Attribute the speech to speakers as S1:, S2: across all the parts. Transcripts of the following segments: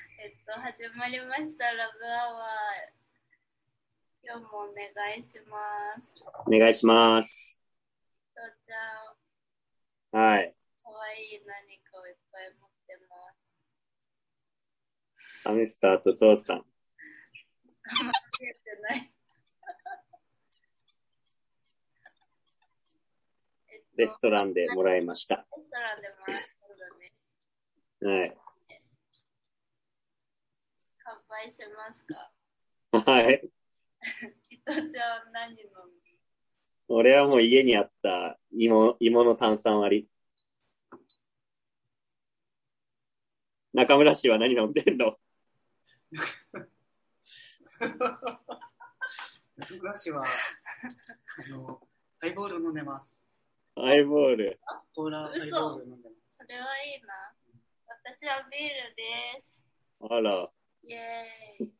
S1: 始まりました、ラブアワー。今日もお願いします。
S2: お願いします。
S1: とうちゃん、
S2: はい。
S1: かわいい何かをいっぱい持ってます。
S2: ハムスターとソースさん。
S1: あんま見えてない。 えっと、レ
S2: レ
S1: ス
S2: ストランでもらいました。
S1: トランでもらったんだね。
S2: はい。
S1: 乾杯しますか。
S2: はい。
S1: 伊藤ちゃんは何飲む
S2: 俺はもう家にあった芋、芋の炭酸割り。中村氏は何飲んでんの
S3: 僕らしは、あの、ハイボール飲んでます。
S2: ハイボール。
S3: コーラハイボール飲んでます。
S1: それはいいな。私はビールです。
S2: あら。
S1: イエーイ。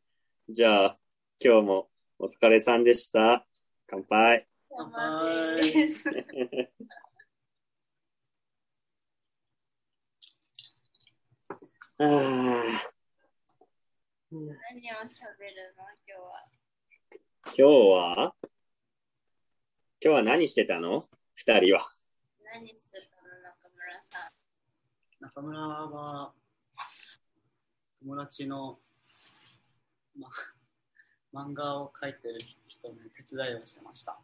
S2: じゃあ、今日もお疲れさんでした。乾杯。
S1: 乾
S3: 乾
S1: 杯
S3: 杯
S1: です。い
S2: あー
S1: 何を喋るの今日は。
S2: 今日は今日は何してたの二人は。
S1: 何してたの中村さん。
S3: 中村は、友達の、ま、漫画を描いてる人の手伝いをしてました。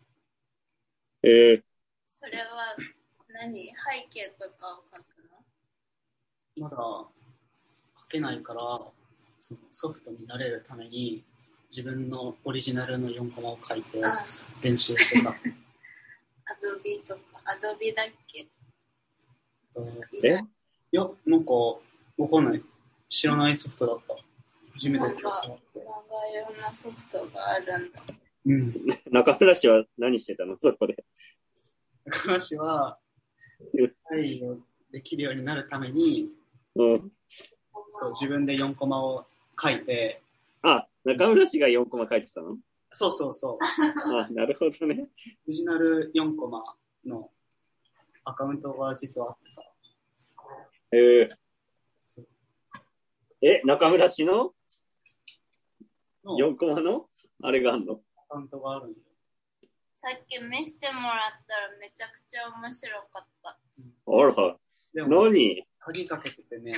S2: えー、
S1: それは何背景とかを書くの
S3: まだ描けないから、そのソフトになれるために、自分のオリジナルの4コマを書いて
S1: あ、
S3: 練習してた。
S1: アドビとか。アドビだっけ
S3: と
S2: え
S1: い
S3: いや、なんか、わかんない。知らないソフトだった。初めて今日触って。
S1: ろんなソフトがあるんだ。
S3: うん。
S2: 中村氏は何してたのそこで。
S3: 高橋は、対応できるようになるために、
S2: うん。
S3: そう、自分で4コマを書いて、
S2: あ、中村氏が4コマ書いてたの
S3: そうそうそう、
S2: あ、なるほどね。
S3: オリジナル4コマのアカウントが実はあってさ、
S2: えー
S3: そう
S2: え、中村氏の
S3: の
S2: 4コマのあれがあんの
S3: アカウントがあるんで、
S1: さっき見せてもらったらめちゃくちゃ面白かった。
S2: あら、
S3: で も、
S2: 何
S3: 鍵かけててね、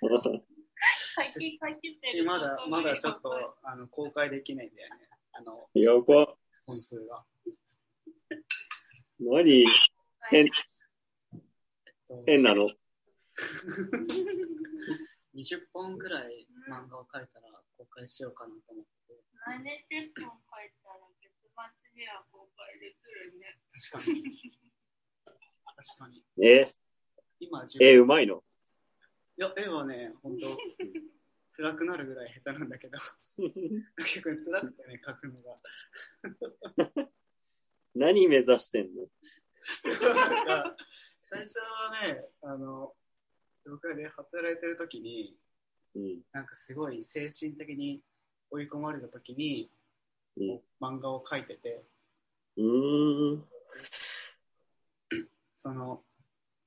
S1: 書き書きて
S3: まだ、まだちょっとあの公開できないんだよね、あの、
S2: ?4 コマ、
S3: 本数が。
S2: 何変、変なの
S3: 20本ぐらい漫画を描いたら公開しようかなと思って、
S1: マネテックも書いたら月末には公開できるね。
S3: 確かに。確かに。
S2: え、
S3: 今、自分
S2: え、うまいの
S3: いや、絵はね、本当辛くなるぐらい下手なんだけど、結構辛くてね、描くのが。
S2: 何目指してんの
S3: だから最初はね、あの、僕がね、働いてる時に、
S2: うん。
S3: なんかすごい精神的に追い込まれた時に、
S2: うん
S3: 漫画を描いてて、
S2: うーん。
S3: その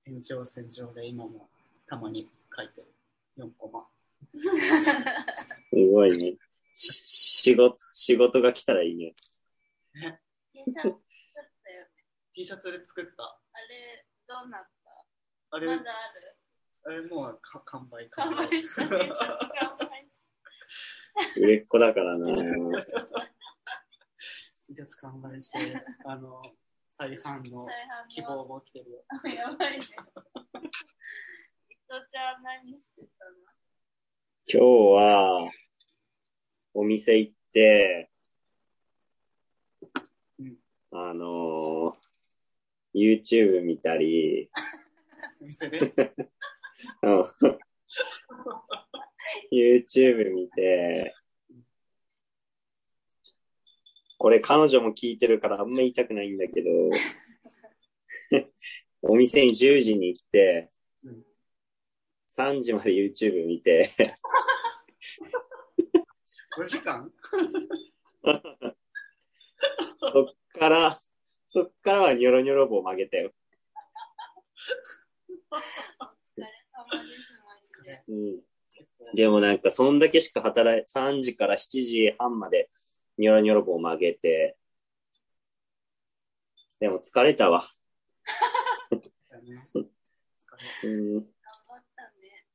S3: 延長線上で今もたまに書いてる。4コマ。
S2: すごいね。し仕事、仕事が来たらいいね。
S1: T シャツ作ったよね。
S3: T シャツで作った。
S1: あれ、どうなった
S3: あれ、
S1: まだある
S3: あれもうか完売
S1: 完
S3: 完売。
S1: 売したでしょ完売し
S2: 売れっ子だからな。
S3: T シャツ完売して、あの、再販
S1: た
S3: の希
S1: 再販
S3: 望も来てるよ。
S1: のやばいね。伊藤ちゃん何してたの
S2: 今日は、お店行って
S3: うん、
S2: あのー、YouTube 見たり、
S3: お店で。
S2: うん YouTube 見て、これ彼女も聞いてるからあんま言いたくないんだけど、 お店に10時に行って
S3: うん、
S2: 3時まで YouTube 見て、
S3: 5時間
S2: から、そっからはニョロニョロ棒曲げたよ。
S1: お疲れ様です、マジで。
S2: うん。
S3: 結構
S2: でもなんか、そんだけしか働い、3時から7時半まで、ニョロニョロ棒曲げて、でも疲れたわ。
S3: だね。疲れ
S2: うん、
S1: 頑張ったね。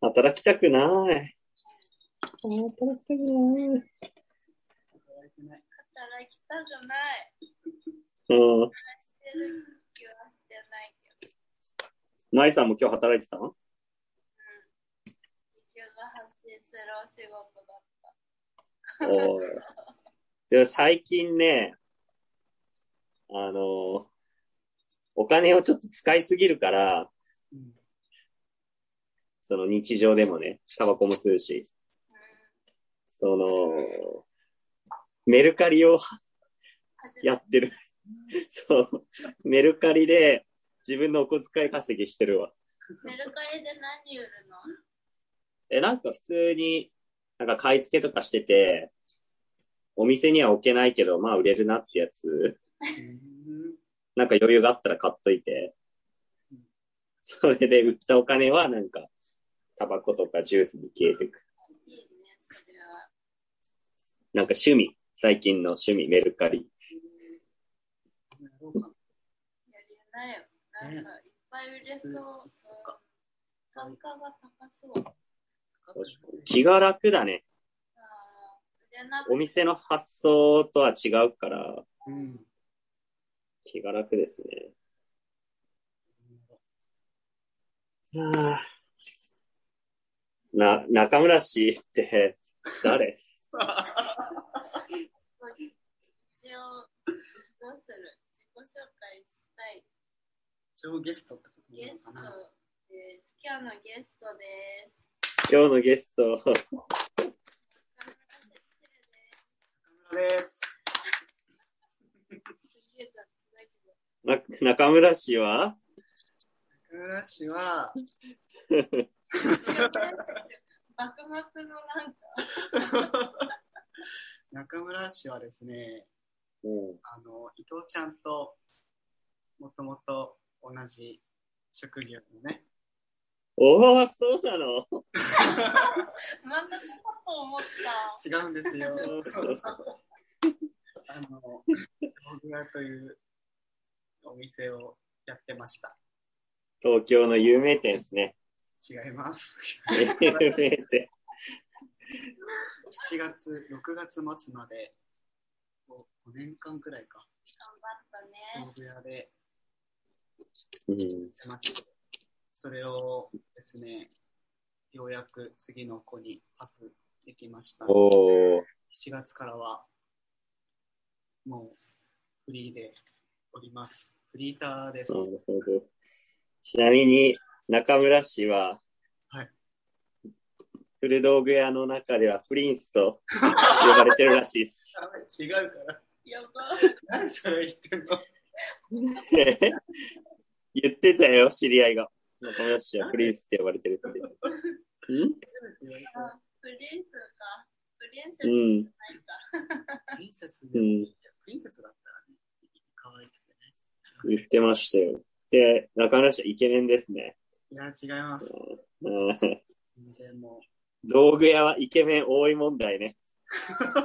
S2: 働きたくない。働きたくない。
S3: 働いてない。
S1: 働きたくない。
S2: う
S1: し
S2: ん。
S1: てる気はしてないけど。
S2: 舞さんも今日働いてた の
S1: 時給が発生するお仕事だった。
S2: おーでも最近ね、あのーお金をちょっと使いすぎるから、
S3: うん。
S2: その日常でもね、タバコも吸うし、
S1: うん。
S2: その、メルカリを
S1: 初め
S2: やってる。そう。メルカリで自分のお小遣い稼ぎしてるわ。
S1: メルカリで何売るの
S2: え、なんか普通に、なんか買い付けとかしてて、お店には置けないけど、まあ売れるなってやつ。
S3: うん
S2: なんか余裕があったら買っといて
S3: うん、
S2: それで売ったお金はなんか、タバコとかジュースに消えてく。
S1: いいね、それは。
S2: なんか趣味、最近の趣味、メルカリ。
S3: やろうか
S1: やりなよ。なんかいっぱい売れそう。
S3: ねそっか
S1: 単価が高そう。
S3: な。
S2: 気が楽だね。
S1: ああ、売れなく
S2: お店の発想とは違うから、
S3: うん。
S2: 気が楽ですね。な、中村氏って誰、
S1: 一応、どうする自己紹介したい。
S3: 一応ゲストってことな
S1: ゲ
S3: の
S1: ス
S3: か
S1: ト
S3: な。
S1: です。今日のゲストです。
S2: 今日のゲスト、
S1: 中村先生で
S3: 中村です。
S1: す。すげえ雑だけど。
S2: な中村氏は
S3: 中村氏は、
S1: 幕末のなんか、
S3: 中村氏はですね、
S2: うん。
S3: あの、伊藤ちゃんともともと同じ職業のね、
S2: おー、そうなの
S1: 真ん中かと思った。
S3: 違うんですよ。あの、道具屋というお店をやってました。
S2: 東京の有名店ですね。
S3: 違います。
S2: 有名店。
S3: 7月、6月末まで、5年間くらいか、
S1: 頑張ったね。
S3: 道具屋で
S2: うん。
S3: やってまして、それをですね、ようやく次の子にパスできました。
S2: おー、
S3: 7月からは、もう、フリーでおります。フリーターです。
S2: なるほど。ちなみに、中村氏は、
S3: はい。
S2: 古道具屋の中ではプリンスと呼ばれてるらしいです。
S3: 違うから。
S1: やば。
S3: 何それ言ってんの
S2: 言ってたよ、知り合いが。中村氏はプリンスって呼ばれてるって。ん
S1: あプリンスか。プリンス
S2: う
S1: じ
S2: ん。
S1: ゃないか。
S3: プリンセス
S2: う
S3: で、
S2: ん。
S3: プリンセスだったらね、可愛くてね。
S2: 言ってましたよ。で、中村氏はイケメンですね。
S3: いや、違います。
S2: うん
S3: 全然も
S2: 道具屋はイケメン多い問題ね。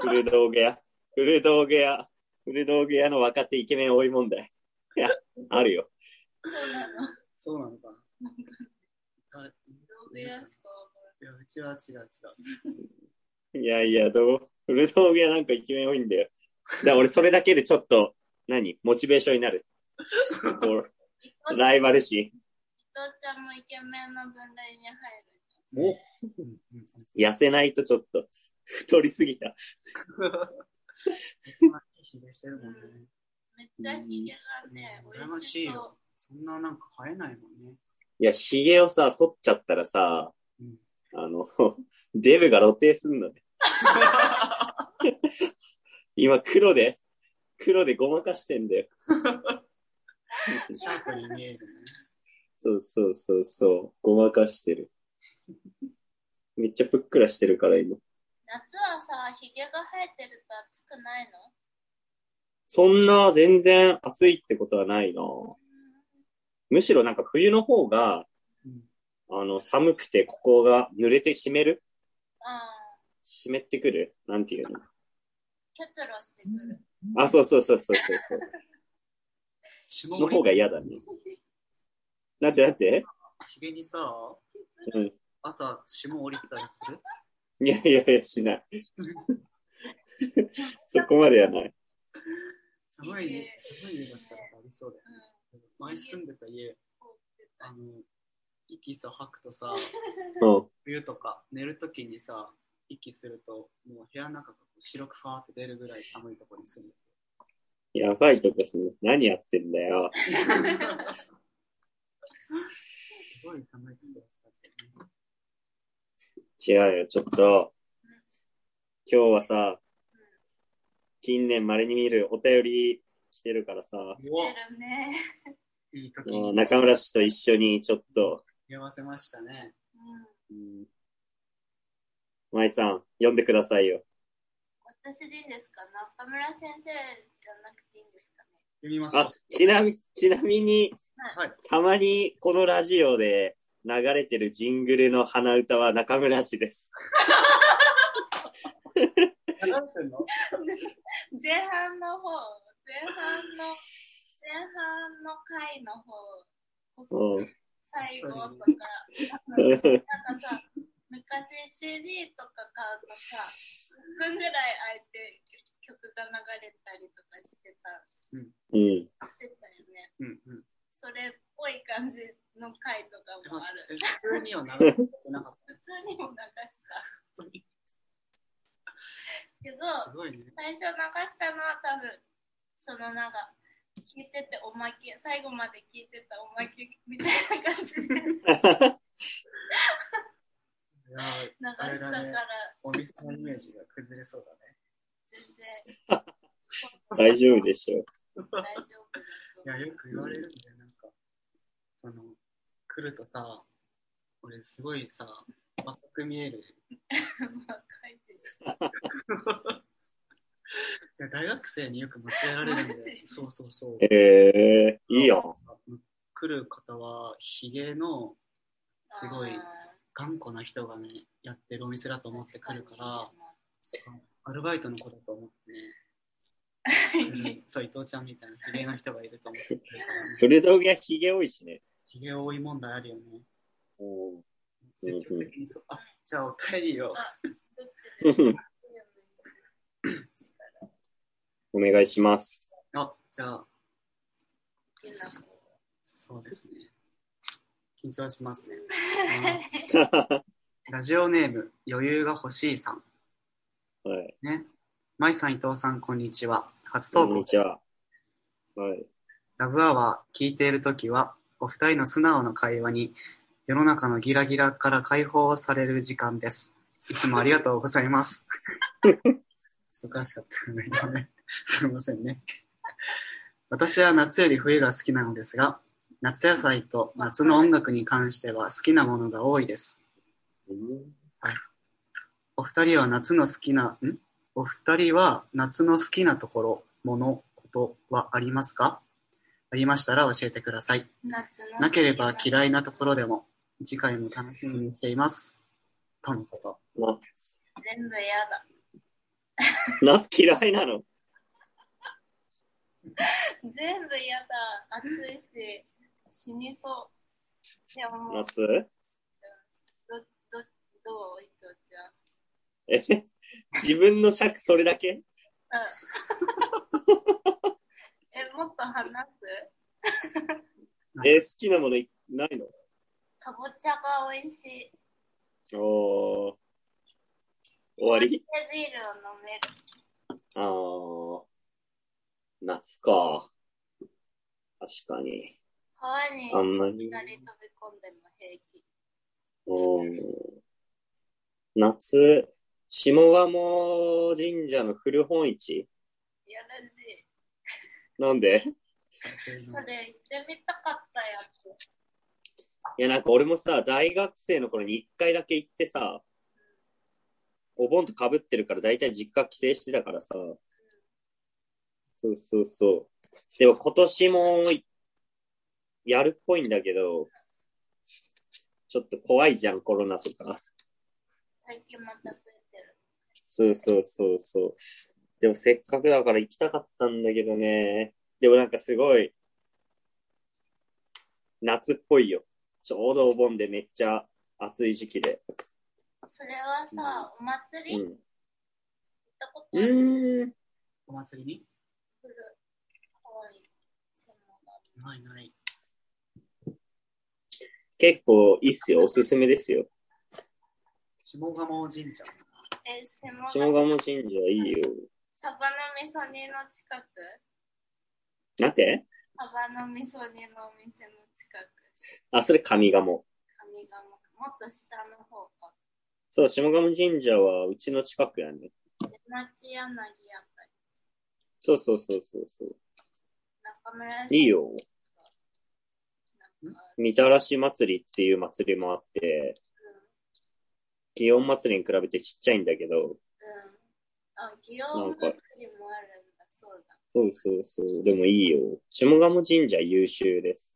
S2: 古道具屋。古道具屋。古道具屋の若手イケメン多い問題。いや、あるよ。
S1: そうなの。
S3: う、そうなのかな。はい
S1: 道具屋しかわか
S3: いや、うちは違う違う。
S2: いやいや、どう古道具屋なんかイケメン多いんだよ。だから俺それだけでちょっと、何モチベーションになる。こう
S1: らない。伊
S2: ライバル心。
S1: 藤ちゃんもイケメンの分類に入るじゃん。
S2: お
S3: うんうん
S2: 痩せないとちょっと、太りすぎた。
S3: うん。まあひげしてるもんね。
S1: めっちゃヒゲがね、
S3: うん
S1: 美
S3: 羨ま
S1: 味
S3: しい
S1: しそう。
S3: よ。そんななんか生えないもんね。
S2: いや、髭をさ、剃っちゃったらさ、
S3: うん
S2: あの、 デブが露呈すんのね。今黒で、黒でごまかしてんだよ。
S3: シャープに見えるね。
S2: そうそうそうそう。ごまかして る。めっちゃぷっくらしてるから今。
S1: 夏はさ、ヒゲが生えてると暑くないの
S2: そんな全然暑いってことはないな。
S1: うん
S2: むしろなんか冬の方が、
S3: うん
S2: あの、寒くてここが濡れて湿る
S1: あー
S2: 湿ってくるなんていうの
S1: 結露してくる。
S2: あ、そうそうそうそうそうそう。
S3: 霜
S2: の
S3: 降
S2: 方
S3: り
S2: が嫌だね。だってだって
S3: ひげにさ、
S2: うん。
S3: 朝霜降りてたりする
S2: いやいやいや、しない。そこまではない。
S3: 寒い
S1: ひ
S3: ね
S1: げ、
S3: 寒い家だったらありそうだよ。
S1: うん。
S3: 前住んでた家、
S1: こうって
S3: あの、息さ吐くとさ、
S2: うん。
S3: 冬とか寝るときにさ、息すると、もう部屋の中がこう白くファーって出るぐらい寒いところに住んで
S2: やばいとこすね。何やってんだよ。
S3: る。すごい寒いところだったよね。
S2: 違うよ、ちょっと。今日はさ、近年稀に見るお便り来てるからさ、
S3: うわ
S1: るね。
S3: いい時
S2: もう
S3: に
S2: 中村氏と一緒にちょっと、
S3: 出会わせましたね。
S1: うん。
S2: うん、舞さん、読んでくださいよ。
S1: 私でいいんですか中村先生じゃなくていいんですかね
S3: 読みましょう
S2: あ。、ちなみ、ちなみに、
S3: はい。
S2: たまにこのラジオで流れてるジングルの鼻歌は中村氏です。
S3: 流れてんの
S1: 前半の方、前半の、前半の回の方、
S2: うん。
S1: 最後とか、なんかさ、昔 CD とか買うとさ、1分ぐらい空いて曲が流れたりとかしてた、
S2: うん。
S1: してたよね。
S3: うんうん。
S1: それっぽい感じの回とかもある。
S3: え普通には流れてなかっ
S1: 普通にも流した。
S3: た。
S1: けど、
S3: すごいね。
S1: 最初流したのは多分そのなんか聞いてておまけ最後まで聞いてたおまけみたいな感じで
S3: いや
S1: 流したから
S3: お店のイメージが崩れそうだね。
S1: 全然
S2: 大丈夫でしょう。
S1: 大丈夫だと思
S3: い
S1: う
S3: や、よく言われるんだよ、なんか。その、来るとさ、俺すごいさ、若く見える。い
S1: 若いです
S3: や、大学生によく持ち上げられるんだよ
S1: マジ。
S3: そうそうそう。
S2: えー、いいよ。
S3: 来る方は、ヒゲの、すごい
S1: あー
S3: 頑固な人がね、やってるお店だと思って来るから、
S1: 確
S3: アルバイトの子だと思ってね。
S1: か に
S3: そう、伊藤ちゃんみたいなヒゲの人がいると思 ってるからね。
S2: 古道具はヒゲ多いしね。
S3: ヒゲ多い問題あるよね。
S2: うん
S3: 積極的にそう。あ、じゃあお帰りよ。
S1: どっちでもどっちでもいいし
S2: お願いします。
S3: あ、じゃあ、
S1: 好きな方
S3: そうですね。緊張しますね。ラジオネーム、余裕が欲しいさん。
S2: はい。
S3: ね。舞さん、伊藤さん、こんにちは。初
S2: こ
S3: 投
S2: ん
S3: 稿
S2: に。ちは。はい。
S3: ラブアワー聞いているときは、お二人の素直な会話に、世の中のギラギラから解放される時間です。いつもありがとうございます。ちょっとおかしかったよね今ね。すいませんね。私は夏より冬が好きなのですが、夏野菜と夏の音楽に関しては好きなものが多いです。お二人は夏の好きな、んお二人は夏の好きなところ、もの、ことはありますかありましたら教えてください。
S1: 夏の
S3: なければ
S1: い
S3: 嫌いなところでも、次回も楽しみにしています。とのこと。
S2: な
S1: 全部やだ
S2: 夏嫌いなの
S1: 全部やだ暑いし死にそうでももう
S2: 夏
S1: どどどう伊藤ちゃん
S2: え自分の尺それだ け
S1: うんえ、もっと話す
S2: え、好きなものいない
S1: かぼちゃが美味しい。
S2: のおー終わり
S1: そしてビールを飲める。
S2: あー。夏か。確かに。
S1: 川に
S2: あんまり。
S1: 光飛び込んでも平気。
S2: うん夏、下鴨神社の古本市
S1: やらしい。
S2: なんで
S1: それ行ってみたかったやつ。
S2: いや、なんか俺もさ、大学生の頃に一回だけ行ってさ、お盆とかぶってるから大体実家帰省してたからさ、そうそうそう。でも今年もいやるっぽいんだけど、ちょっと怖いじゃん、コロナとか。
S1: 最最近また増えてる。
S2: そうそうそうそう。でもせっかくだから行きたかったんだけどね。でもなんかすごい、夏っぽいよ。ちょうどお盆でめっちゃ暑い時期で。
S1: それはさ、お祭り
S2: う
S1: 行っ
S2: ん。
S1: たことあ
S2: う
S1: る
S2: ーん。
S3: お祭りに
S1: 来る。かわいい。そうなんだ
S3: ないない。
S2: 結構いいっすよ。おすすめですよ。
S3: 下鴨神社。
S1: え、下
S2: 下
S1: 鴨
S2: 鴨神社いいよ。
S1: サバの味噌煮の近く
S2: なんて
S1: サバの味噌煮のお店の近く。
S2: あ、それ
S1: 神
S2: 上鴨。
S1: がもっと下の方か。
S2: そう、下鴨神社はうちの近くやね。
S1: 町柳あたり。
S2: そうそうそうそうそう。
S1: 中村屋さん
S2: いい。よ。
S1: なんかある
S2: みたらし祭りっていう祭りもあって、祇園祭りに比べてちっちゃいんだけど、
S1: うん。あ、祇園祭りもあるんだ。そうだ。
S2: そうそうそう。でもいいよ。下鴨神社優秀です。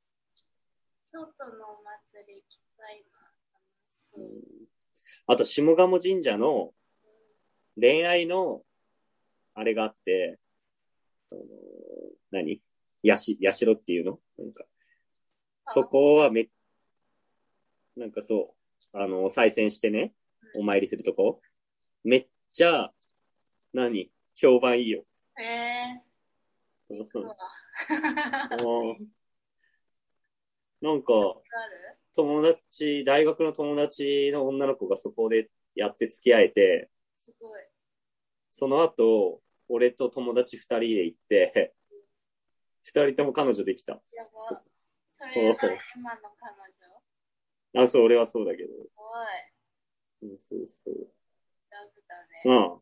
S1: 京都のお祭り行きたいな。楽しそう。
S2: あと、下鴨神社の恋愛の、あれがあって、あの何やし、やしろっていうのなんか、そこはめ、なんかそう、あの、お賽銭してね、お参りするとこ、めっちゃ、何評判いいよ。
S1: へえー。行くわ。
S2: あーなんか、
S1: ある
S2: 友達、大学の友達の女の子がそこでやって付き合えて、
S1: すごい。
S2: その後、俺と友達二人で行って、 二人とも彼女できた。
S1: やば。それが今の彼女す
S2: あ、そう、俺はそうだけど。
S1: ごい。
S2: うんそうそう。
S1: ラブだね。
S2: まあ、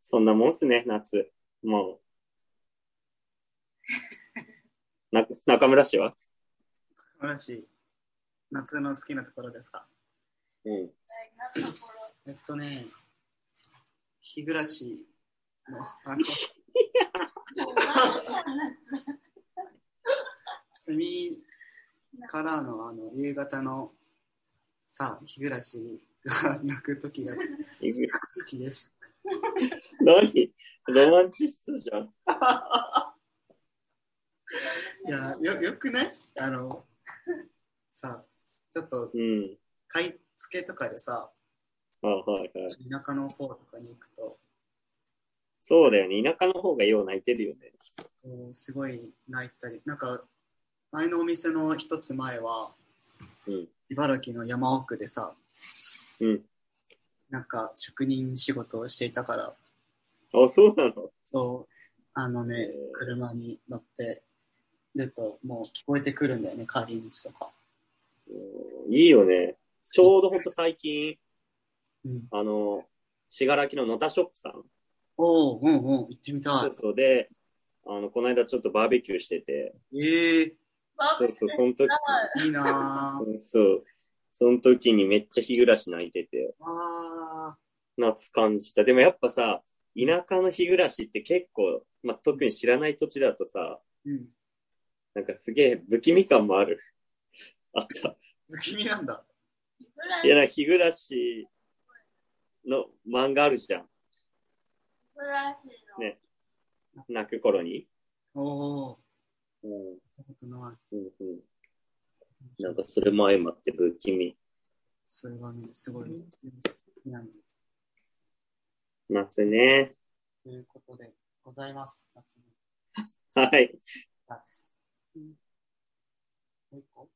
S2: そんなもんっすね、夏。もう。な、中村氏は
S3: 私、夏の好きなところですか
S2: うん。
S1: 意外なところ。
S3: えっとね、日暮らしの、あの、セミからのあの夕方のさ、日暮らしが泣く時が好きです。
S2: 何ロマンチストじゃん。
S3: いや、よ、よくねあの、さ、ちょっと
S2: うん。
S3: 買い付けとかでさ、
S2: あ、はいはい。
S3: 田舎の方とかに行くと、
S2: そうだよね。田舎の方がよう泣いてるよね。
S3: こうすごい泣いてたり、なんか、前のお店の一つ前は、
S2: うん
S3: 茨城の山奥でさ、
S2: うん。
S3: なんか職人仕事をしていたから、
S2: あ、そうなの
S3: そう、あの
S2: へ
S3: ね
S2: ー、
S3: 車に乗ってると、もう聞こえてくるんだよね、帰り道とか。
S2: うんいいよね。ちょうどほんと最近、
S3: うん、
S2: あの、しがらきの野田ショップさん。
S3: おお、うんうん、行ってみた
S2: そうそうで、あの、この間ちょっとバーベキューしてて、
S3: い。ええ
S2: そうそう、その時、
S3: いい な
S2: うんそう、その時にめっちゃ日暮らし泣いてて、
S3: ーあ
S2: 夏感じた。でもやっぱさ、田舎の日暮らしって結構、まあ、特に知らない土地だとさ、
S3: ー、うん。
S2: なんかすげえ不気味感もある。あった。
S3: 不気味なんだ。
S1: ぐら
S2: いや、
S1: い、
S2: なんか日暮らしの漫画あるじゃん。
S1: ぐらいの。
S2: ね泣く頃に。
S3: おお、
S2: うん。
S3: 見たことない。
S2: うんうん。なんかそれも相まって不気味。
S3: それがね、すごい、好きなんで。
S2: 夏ね。
S3: ということで、ございます。夏の
S2: はい。
S3: 夏。もう一個
S1: もう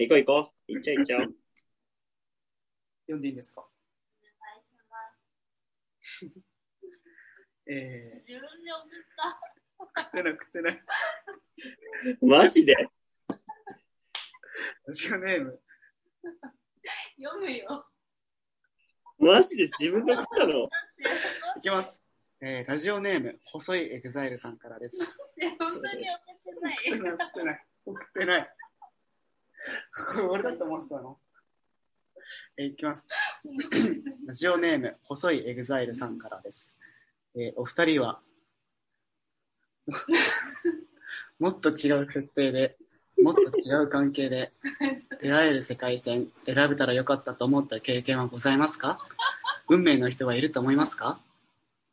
S1: 一個行く
S2: 行こう行こう。行っちゃう行っちゃおう。
S3: 読んでいいんですか
S1: お願いします。
S3: え
S1: 自分で送った。
S3: ー、食ってない食ってない。
S2: マジで
S3: ラジオネーム、
S1: 読むよ。
S2: マジで自分で送ったの
S3: いきます。えー、ラジオネーム、細いエグザイルさんからです。
S1: いや本当に送ってない。
S3: 送ってない、送ってない。送ってない。 これ俺だと思ってたの。えー、いきます。ラジオネーム、細いエグザイルさんからです。えーお二人 は、もっと違う設定で、もっと違う関係で出会える世界線、選べたらよかったと思った経験はございますか運命の人はいると思いますか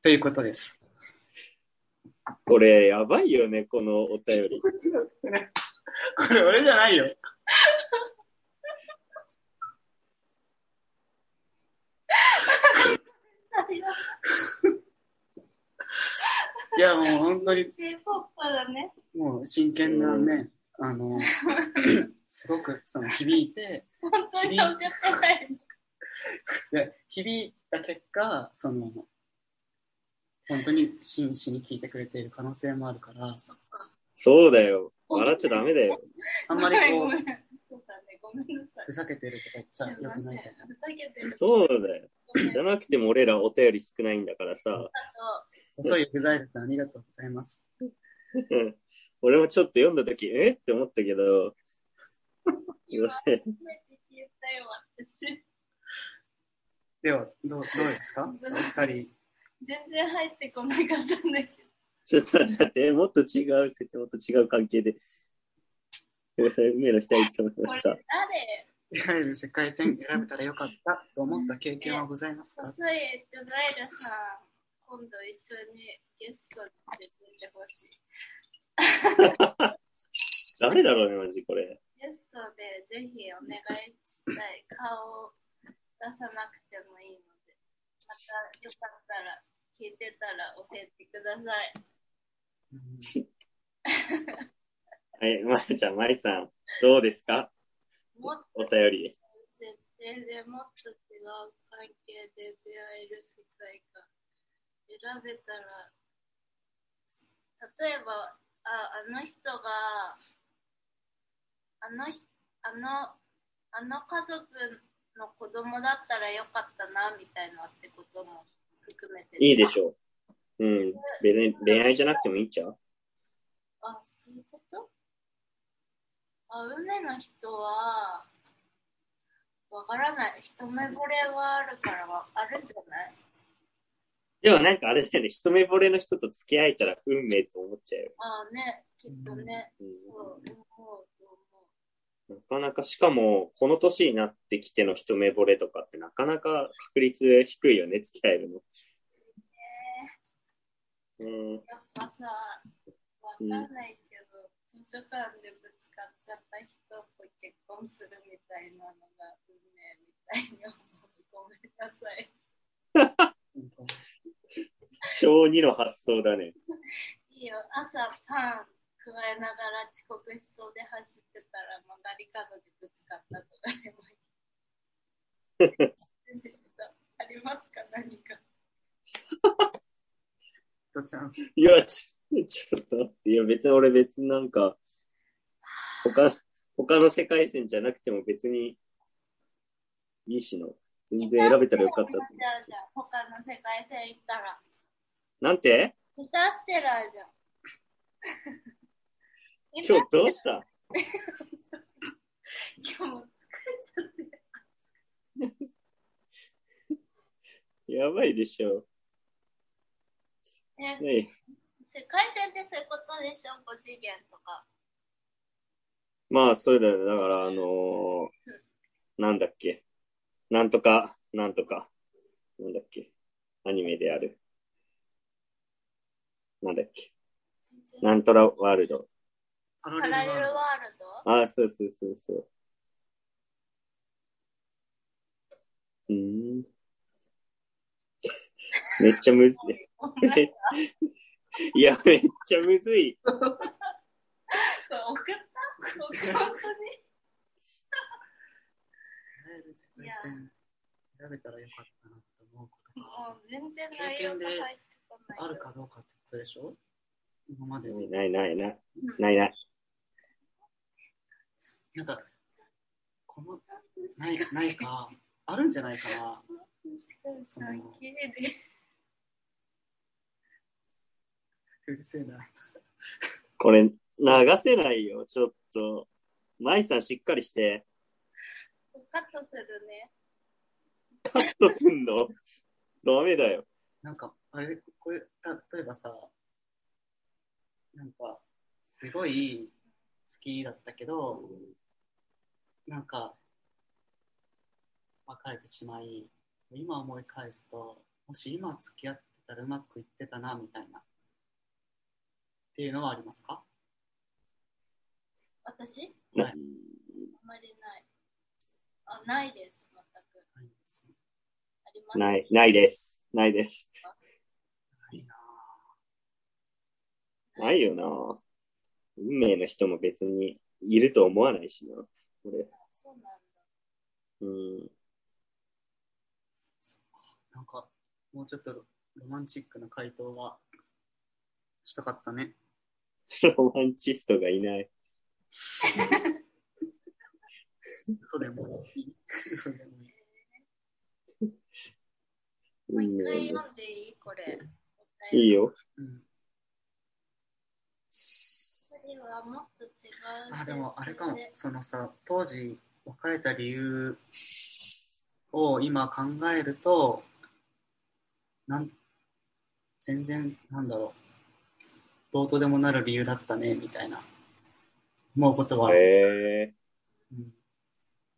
S3: ということです。
S2: これ、やばいよね、このお便り。
S3: これ俺じゃないよ。いやもう本当に、
S1: J ポップだね。
S3: もう真剣なね、あの、すごくその響いて、
S1: 本当に送ってない。
S3: で響いた結果その本当に真摯に聞いてくれている可能性もあるから
S2: そうだよ。笑っちゃダメだよ。
S3: あんまり
S1: ご
S3: こ
S1: め
S3: うん
S1: そうだね。ごめんなさい
S3: ふ。ざけてるとか言っちゃ
S1: すいま
S3: よく
S1: せん
S3: ない。
S1: ふざけてる。
S2: そうだよ。
S1: ごめん
S2: じゃなくても俺らお便り少ないんだからさ。
S3: 細い具材だったありがとうございます
S2: うん俺もちょっと読んだとき、えって思ったけど。
S1: 今、初めて聞いたよ、私。
S3: ではどうどうですかお二人
S1: 全然入ってこなかったんだけど。
S2: ちょっと待って、もっと違う設定、もっと違う関係で。ごめんなさい、梅の二人来てもらいま
S1: こ
S2: し
S1: れ
S2: た
S1: 誰。
S3: 出会える世界線選べたらよかったと思った経験はございます
S1: ソ
S3: か
S1: スエとザイラさん、今度一緒にゲストで出てほしい。
S2: 誰だろうね、マジこれ。
S1: ゲストでぜひお願いしたい。顔を出さなくてもいいので。またよかったら、聞いてたら教えてください。
S2: はい、まるちゃん、まりさん、どうですか
S1: もっ
S2: お
S1: と
S2: 便り。
S1: 設定でもっと違う関係で出会える世界が選べたら例えばああの人があのひあのあの家族の子供だったらよかったなみたいなってことも含めて
S2: いいでしょう。うん。別に恋愛じゃなくてもいいっちゃう
S1: あ、そういうことあ、梅の人は、わからない。一目惚れはあるからわ、あるんじゃない
S2: でもなんかあれだよね、一目惚れの人と付き合えたら運命と思っちゃうよ。
S1: あね、きっとね、
S2: うん
S1: そう、思うと思
S2: なかなか、しかも、この年になってきての一目惚れとかってなかなか確率低いよね、付き合えるの。うん
S1: う。、やっぱさ、わかんないけど、図書館でぶつかっちゃった人と結婚するみたいなのが運命みたいに思う。ごめんなさい。
S2: 小2の発想だね。
S1: いいよ、朝パン加えながら遅刻しそうで走ってたら曲がり角でぶつかったと かでもいいでした。ありますか何か。
S3: とちゃん
S2: いや、ちょちょっと待って、いや、別に俺別になんか、他、他の世界線じゃなくても別にいいしの。全然選べたらよかったと
S1: ギターステラーじゃん。他の世界線行ったら。
S2: なんて
S1: ギターステラーじゃん。
S2: 今日どうした
S1: 今日も疲れちゃって。
S2: やばいでしょ。
S1: ね、
S2: ね
S1: 世界線ってそういうことでしょ ?5 次元とか。
S2: まあ、そうだよね。だから、あのーなんだっけ。なんとか、なんとか。なんだっけ。アニメである。なんだっけ。
S1: 全然
S2: なんとらワールド。
S3: パ
S1: パラ
S3: ラレ
S1: レ
S3: ル
S1: ル
S3: ワールド
S1: ワールド
S2: ああ、そうそうそうそう。うーん。 めっちゃむずい。
S1: お前
S2: いや、めっちゃむずい。
S1: これ 送った本当に
S3: 出会える世界線選べたらよかったなと思うことか
S1: もう全然内容が入ってこない。
S3: あるかどうかってことでしょ今まで
S2: ないないない。
S1: うん。
S2: ないない。
S3: なんかこのないないかあるんじゃないかな
S1: その関係で。
S3: うるせえな
S2: これ、流せないよ。ちょっと。舞さんしっかりして。
S1: カットするね。
S2: カットすんのダメだよ。
S3: なんか、あれ、これ、た、例えばさ、なんか、すごい、きだったけど、なんか、別れてしまい、今思い返すと、もし今付き合ってたらうまくいってたな、みたいな。っていうのはありますか
S1: 私
S3: はい
S1: あんまりない。あ、ないです、全く。
S3: ないですね。
S1: あります
S2: ない、ないです。ないです。
S3: ないな
S2: ないよな。運命の人も別にいると思わないしな。俺。
S1: そうなんだ。
S2: うん。
S3: ぁなんか、もうちょっとロロマンチックな回答はしたかったね。
S2: ロマンチストがいない。
S3: 嘘でもい い。嘘でもいい。
S1: もう
S2: うん
S1: 一回読んでいいこれ。
S2: いい。よ。
S3: うん。
S1: 次はもっと違う。
S3: あ、でもあれかも
S1: 設。
S3: そのさ、当時別れた理由を今考えると、なん、全然、なんだろう。どうとでもなる理由だったね、みたいな。思うことはある。
S2: へえ。
S3: うん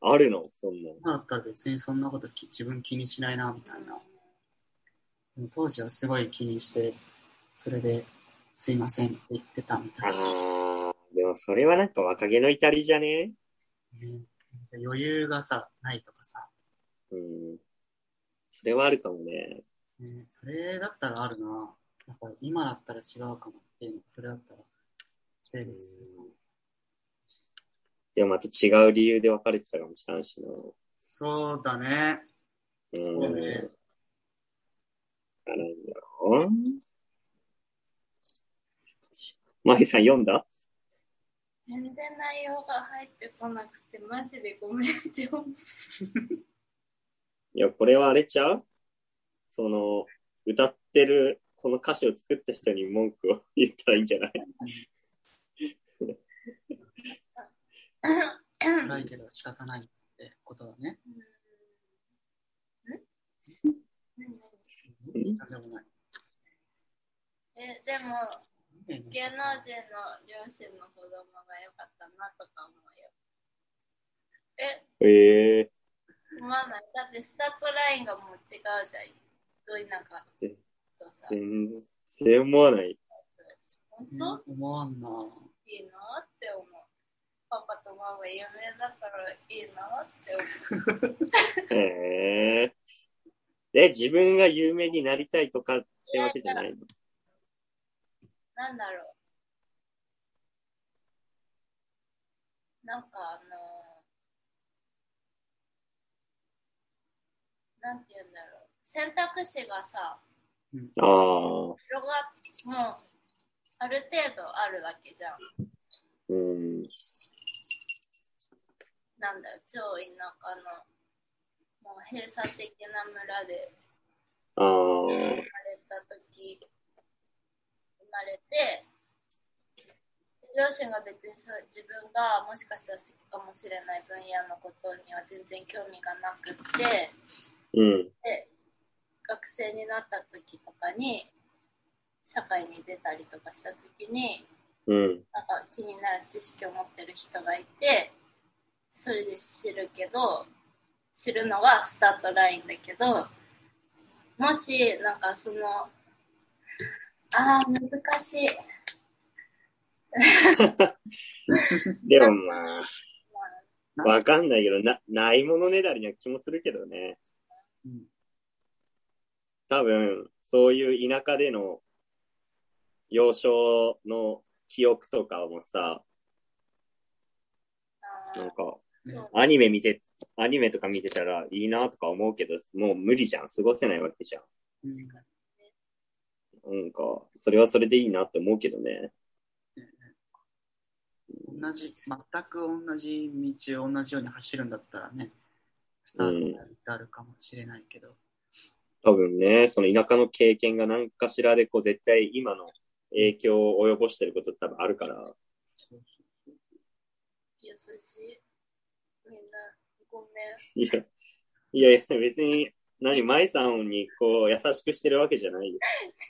S2: あるのそんなの。
S3: 今だったら別にそんなことき自分気にしないな、みたいな。でも当時はすごい気にして、それで、すいませんって言ってたみたいな。
S2: あー、でもそれはなんか若気の至りじゃね
S3: ね、余裕がさ、ないとかさ、
S2: うん。それはあるかもね。
S3: ね、それだったらあるな。だから今だったら違うかもっていうの、それだったら整理するかも。
S2: でもまた違う理由で別れてたかもしれんしな。
S3: そうだね。
S2: うん。
S3: そうね
S2: あるよ。マギさん読んだ
S1: 全然内容が入ってこなくて、マジでごめんって思う。
S2: いや、これはあれちゃうその、歌ってる、この歌詞を作った人に文句を言ったらいいんじゃない
S3: 辛いけど仕方ないってことだね。
S1: うんん何何
S2: うん
S3: なんでもない。
S1: え、でも、
S3: 芸能
S1: 芸能人の両親の子供が良かったなとか思うよ。え、
S2: ええ
S1: 思わない。だってスタートラインがもう違うじゃん。どいなか
S2: ぜ
S1: とさ。
S2: 全然思わない。
S1: 本当
S3: 思わんな。
S1: いいのって思う。パパとママ有名だからいいのって思う。
S2: へえで、自分が有名になりたいとかってわけじゃないの。
S1: なんだろう。なんかあのなんて言うんだろう。選択肢がさ、
S2: ああ、
S1: 広がもう、ある程度あるわけじゃん。
S2: うん。
S1: なんだよ、超田舎の、もう閉鎖的な村で
S2: ああ、
S1: 生まれた時生まれて両親が別にそう自分がもしかしたら好きかもしれない分野のことには全然興味がなくって
S2: うん。
S1: で学生になった時とかに社会に出たりとかした時に
S2: うん。
S1: なんか気になる知識を持ってる人がいてそれで知るけど知るのがスタートラインだけどもしなんかそのあー難しい
S2: でもまあ、
S1: まあ
S2: わかんないけど、な、ないものねだりな気もするけどね。
S3: うん。
S2: 多分、そういう田舎での幼少の記憶とかもさ、
S1: あ
S2: な
S1: ー
S2: んか、
S1: そう
S2: アニメ見て、アニメとか見てたらいいなとか思うけど、もう無理じゃん。過ごせないわけじゃん。
S3: うん
S1: 確かに
S2: なんか、それはそれでいいなって思うけどね。
S3: 同じ、全く同じ道を同じように走るんだったらね、スタートラインってあるかもしれないけど。
S2: 多分ね、その田舎の経験が何かしらで、こう、絶対今の影響を及ぼしてることって多分あるから、
S1: 優しいみんなごめ
S2: いや、いやいや、別に、何、舞さんに、こう、優しくしてるわけじゃないよ。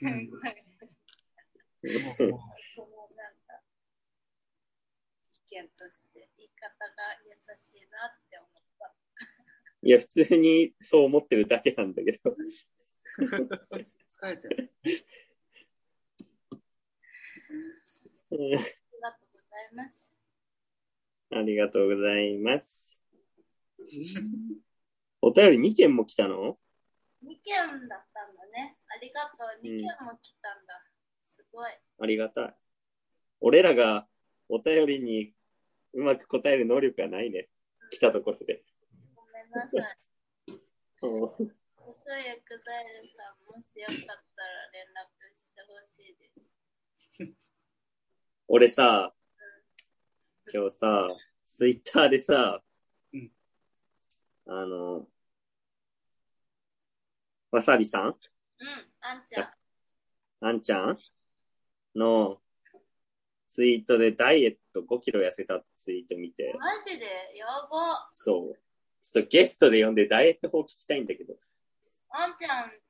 S3: うん
S1: ん
S3: もうもう
S1: そのなんかい見として言い方が優しいなって思った。
S2: いや、普通にそう思ってるだけなんだけど。
S3: 疲れてる。
S1: あ
S2: うん
S1: りがとうございます。
S2: ありがとうございます。お便り2件も来たの
S1: 2件だったんだね。ありがとう。2件も来たんだ。すごい。
S2: ありがたい。俺らがお便りにうまく答える能力がないね。来たところで。
S1: ごめんなさ い。
S2: うん
S1: 細いエクザイルさん、もしよかったら連絡してほしいです。
S2: 俺さ、今日さ、ツイッターでさ、
S3: うん
S2: あの、わさびさん
S1: うん、あんちゃん。
S2: あんちゃんのツイートでダイエット5キロ痩せたツイート見て、
S1: マジでやば。
S2: そう。ちょっとゲストで呼んでダイエット法聞きたいんだけど。
S1: あんちゃん。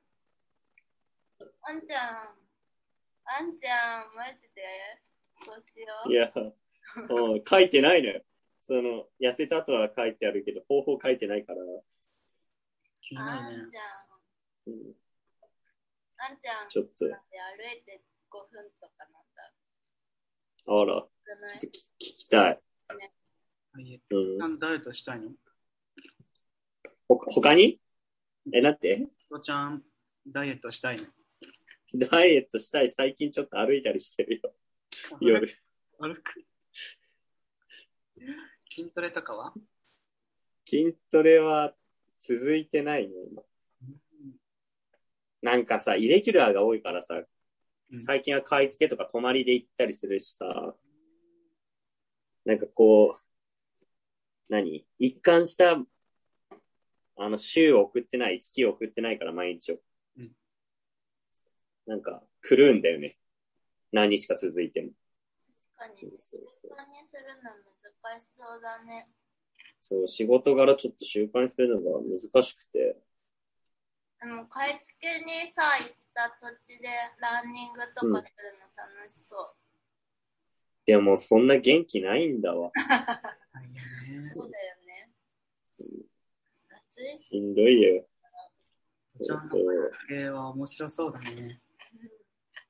S1: あんちゃん。あんちゃん、マジでそうしよう
S2: い。や、うん書いてないのよ。その、痩せたとは書いてあるけど、方法書いてないから。
S3: 気にな
S1: あ
S3: る
S1: ん
S3: ね。
S1: ちゃん。
S2: うん
S1: あんちゃん。
S2: ちょっと
S1: だって歩いて5分とかなんだ。
S2: あら、
S1: 少な
S2: ち
S1: い
S2: ょっと聞聞きたい。
S3: ダイエッ
S2: うん
S3: トなんダイエットしたいの
S2: ほ他にえ、なって
S3: とちゃん、ダイエットしたいの
S2: ダイエットしたい。最近ちょっと歩いたりしてるよ。夜。
S3: 歩く。筋トレとかは
S2: 筋トレは続いてないね、今なんかさ、イレギュラーが多いからさ、
S3: うん
S2: 最近は買い付けとか泊まりで行ったりするしさ、なんかこう、何一貫した、あの、週を送ってない、月を送ってないから毎日を。
S3: うん
S2: なんか、狂うんだよね。何日か続いても。
S1: 確かにね。
S2: そ
S1: 習
S2: うそう
S1: 慣にするの難しそうだね。
S2: そう、仕事柄ちょっと習慣にするのが難しくて。
S1: あの、買い付けにさ、行った土地でランニングとかする
S2: うん
S1: の楽しそう。
S2: でも、そんな元気ないんだわ。
S3: ないよね。
S1: そうだよね。暑いし。
S2: しんどいよ。
S3: とちゃんの声掛けは面白そうだね。
S1: うん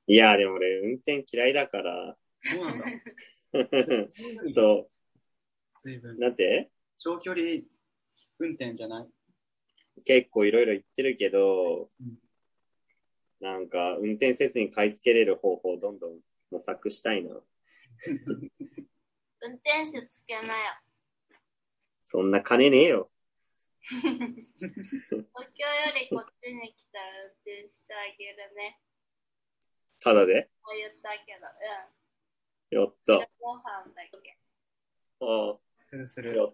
S2: いや、でも俺、運転嫌いだから。
S3: そうなんだ。う。
S2: そ
S3: 随分
S2: う。。なんて
S3: 長距離運転じゃない
S2: 結構いろいろ言ってるけど、
S3: うん
S2: なんか運転せずに買い付けれる方法をどんどん模索したいな。
S1: 運転手つけなよ。
S2: そんな金ねえよ。
S1: 東京よりこっちに来たら運転してあげるね。
S2: ただで。
S1: こう言ったけど、うん。
S2: やった。あ
S1: 昼ご飯だっけ。
S2: あ、
S3: するす
S2: や。っ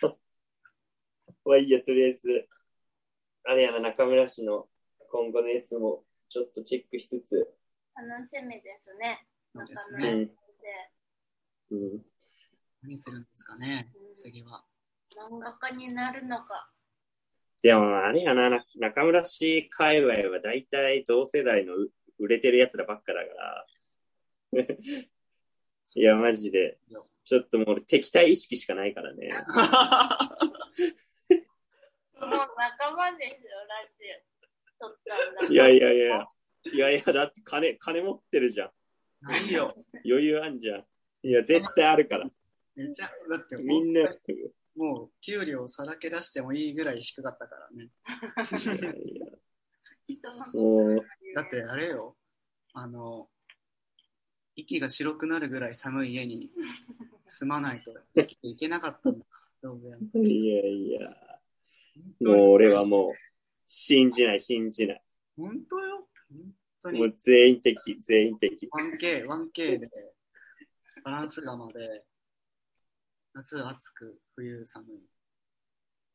S2: た。 まあいいや、とりあえず、あれやな、中村氏の今後のやつもちょっとチェックしつつ、
S1: 楽しみですね。
S3: そうです
S2: う
S3: ね。
S1: ね
S2: ん。うん、
S3: 何するんですかね
S1: う。ん
S3: 次は。
S1: 漫画家になるのか。
S2: でもあれやな、な中村氏界隈は大体同世代のう売れてるやつらばっかだから。 いや、マジで。ちょっともう俺敵対意識しかないからね。
S1: もう仲間ですよ、ラジオ。撮ったんだ。
S2: いやいやいや。いやいや、だって金、金持ってるじゃん。
S3: ないよ。
S2: 余裕あんじゃん。いや、絶対あるから。
S3: めちゃ、だって
S2: みんな。いや
S3: もう給料さらけ出してもいいぐらい低かったからね。
S2: いや
S1: 人の
S2: も
S3: だってあれよ、あの、息が白くなるぐらい寒い家に住まないと生きていけなかったんだから、どうやら
S2: う、いやいや。もう俺はもう、信じない、信じない。
S3: 本当よ。本当
S2: も
S3: に
S2: う全員敵、全員敵。
S3: 1K、1K で、バランス釜で、夏暑く、冬寒い。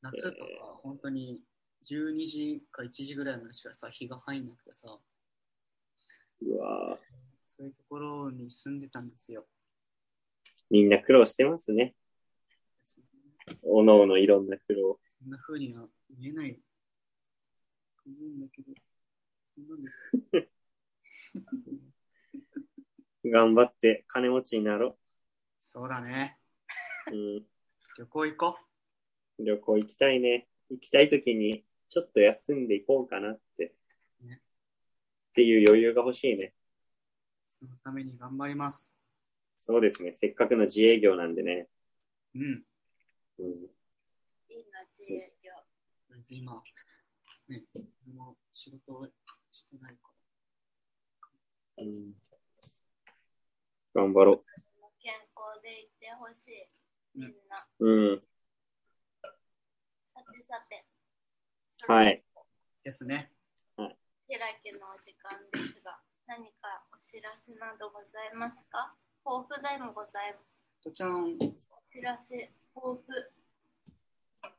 S3: 夏とか本当に12時か1時ぐらいまでしかさ、日が入んなくてさ、
S2: うわぁ
S3: そういうところに住んでたんですよ。
S2: みんな苦労してますね。
S3: そ
S2: おのおのいろんな苦労。
S3: んな風には見えないと思うんだけど、そうなんです。
S2: 頑張って金持ちになろ
S3: そうだね。
S2: うん。
S3: 旅行行こ
S2: 旅行行きたいね。行きたい時に、ちょっと休んでいこうかなって。っ
S3: ね
S2: ていう余裕が欲しいね。
S3: う。そのために頑張ります。
S2: そうですね。せっかくの自営業なんでね。
S3: うん。
S2: うん。
S1: いいな、自営業。
S3: 別に今、ね、俺も仕事をしてないか
S2: うん頑張ろ
S1: 健康でいてほしい。みんな。
S2: う。うん。
S1: さてさて。
S2: はい。
S3: ら。ですね。
S1: 開きのお時間ですが、何かお知らせなどございますか抱負でもございます。
S3: とちゃん、
S1: お知らせ、抱負。好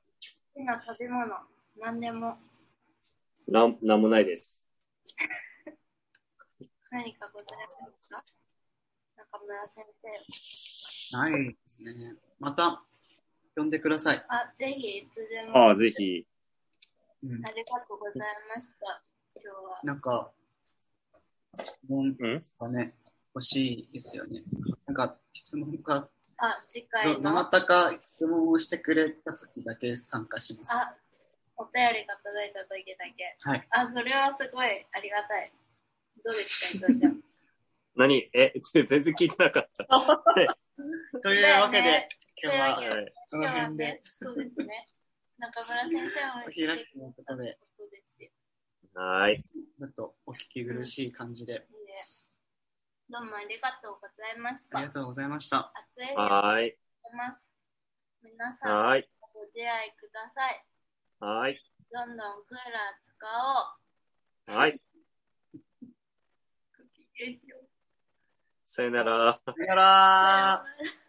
S1: きな食べ物、何でも
S2: なん、なんもないです。
S1: 何かございますか中村先生。
S3: ないですね。また、呼んでください。
S1: あ、ぜひいつでも。
S2: あ
S1: あ
S2: あ、ぜひ。
S3: うん。
S1: りがとうございました。今日は。
S3: なんか、質問
S2: うん
S3: がね、欲しいですよね。なんか、質問が、
S1: あ、次
S3: ど、
S1: 回
S3: ど
S1: の。
S3: な
S1: あ、
S3: たか質問をしてくれた時だけ参加します。
S1: お便りが届いた時だけ。
S3: はい。
S1: あ、それはすごいありがたい。どうですか、伊藤ちゃん。
S2: 何え、 全然聞いてなかった。
S3: という
S1: だよ
S3: わけで
S1: ね、
S3: 今日は
S1: というわ
S2: はい。
S3: この辺で
S1: ね、そうですね。中村先生は
S3: お開きということで。
S1: すよ
S2: はーい。
S3: ちょっとお聞き苦しい感じで、
S1: いいねどうもありがとうございまし
S3: あ
S1: た。
S3: りがとうございました。
S1: 暑い日を
S2: はーい。
S1: してます。皆さん、
S2: はーい。
S1: ご自愛ください。
S2: はーい。
S1: どんどんクーラー使おう。
S2: はい。
S1: ごきげんよう
S2: さよなら。
S3: さよな
S1: さ
S3: ら
S1: よなら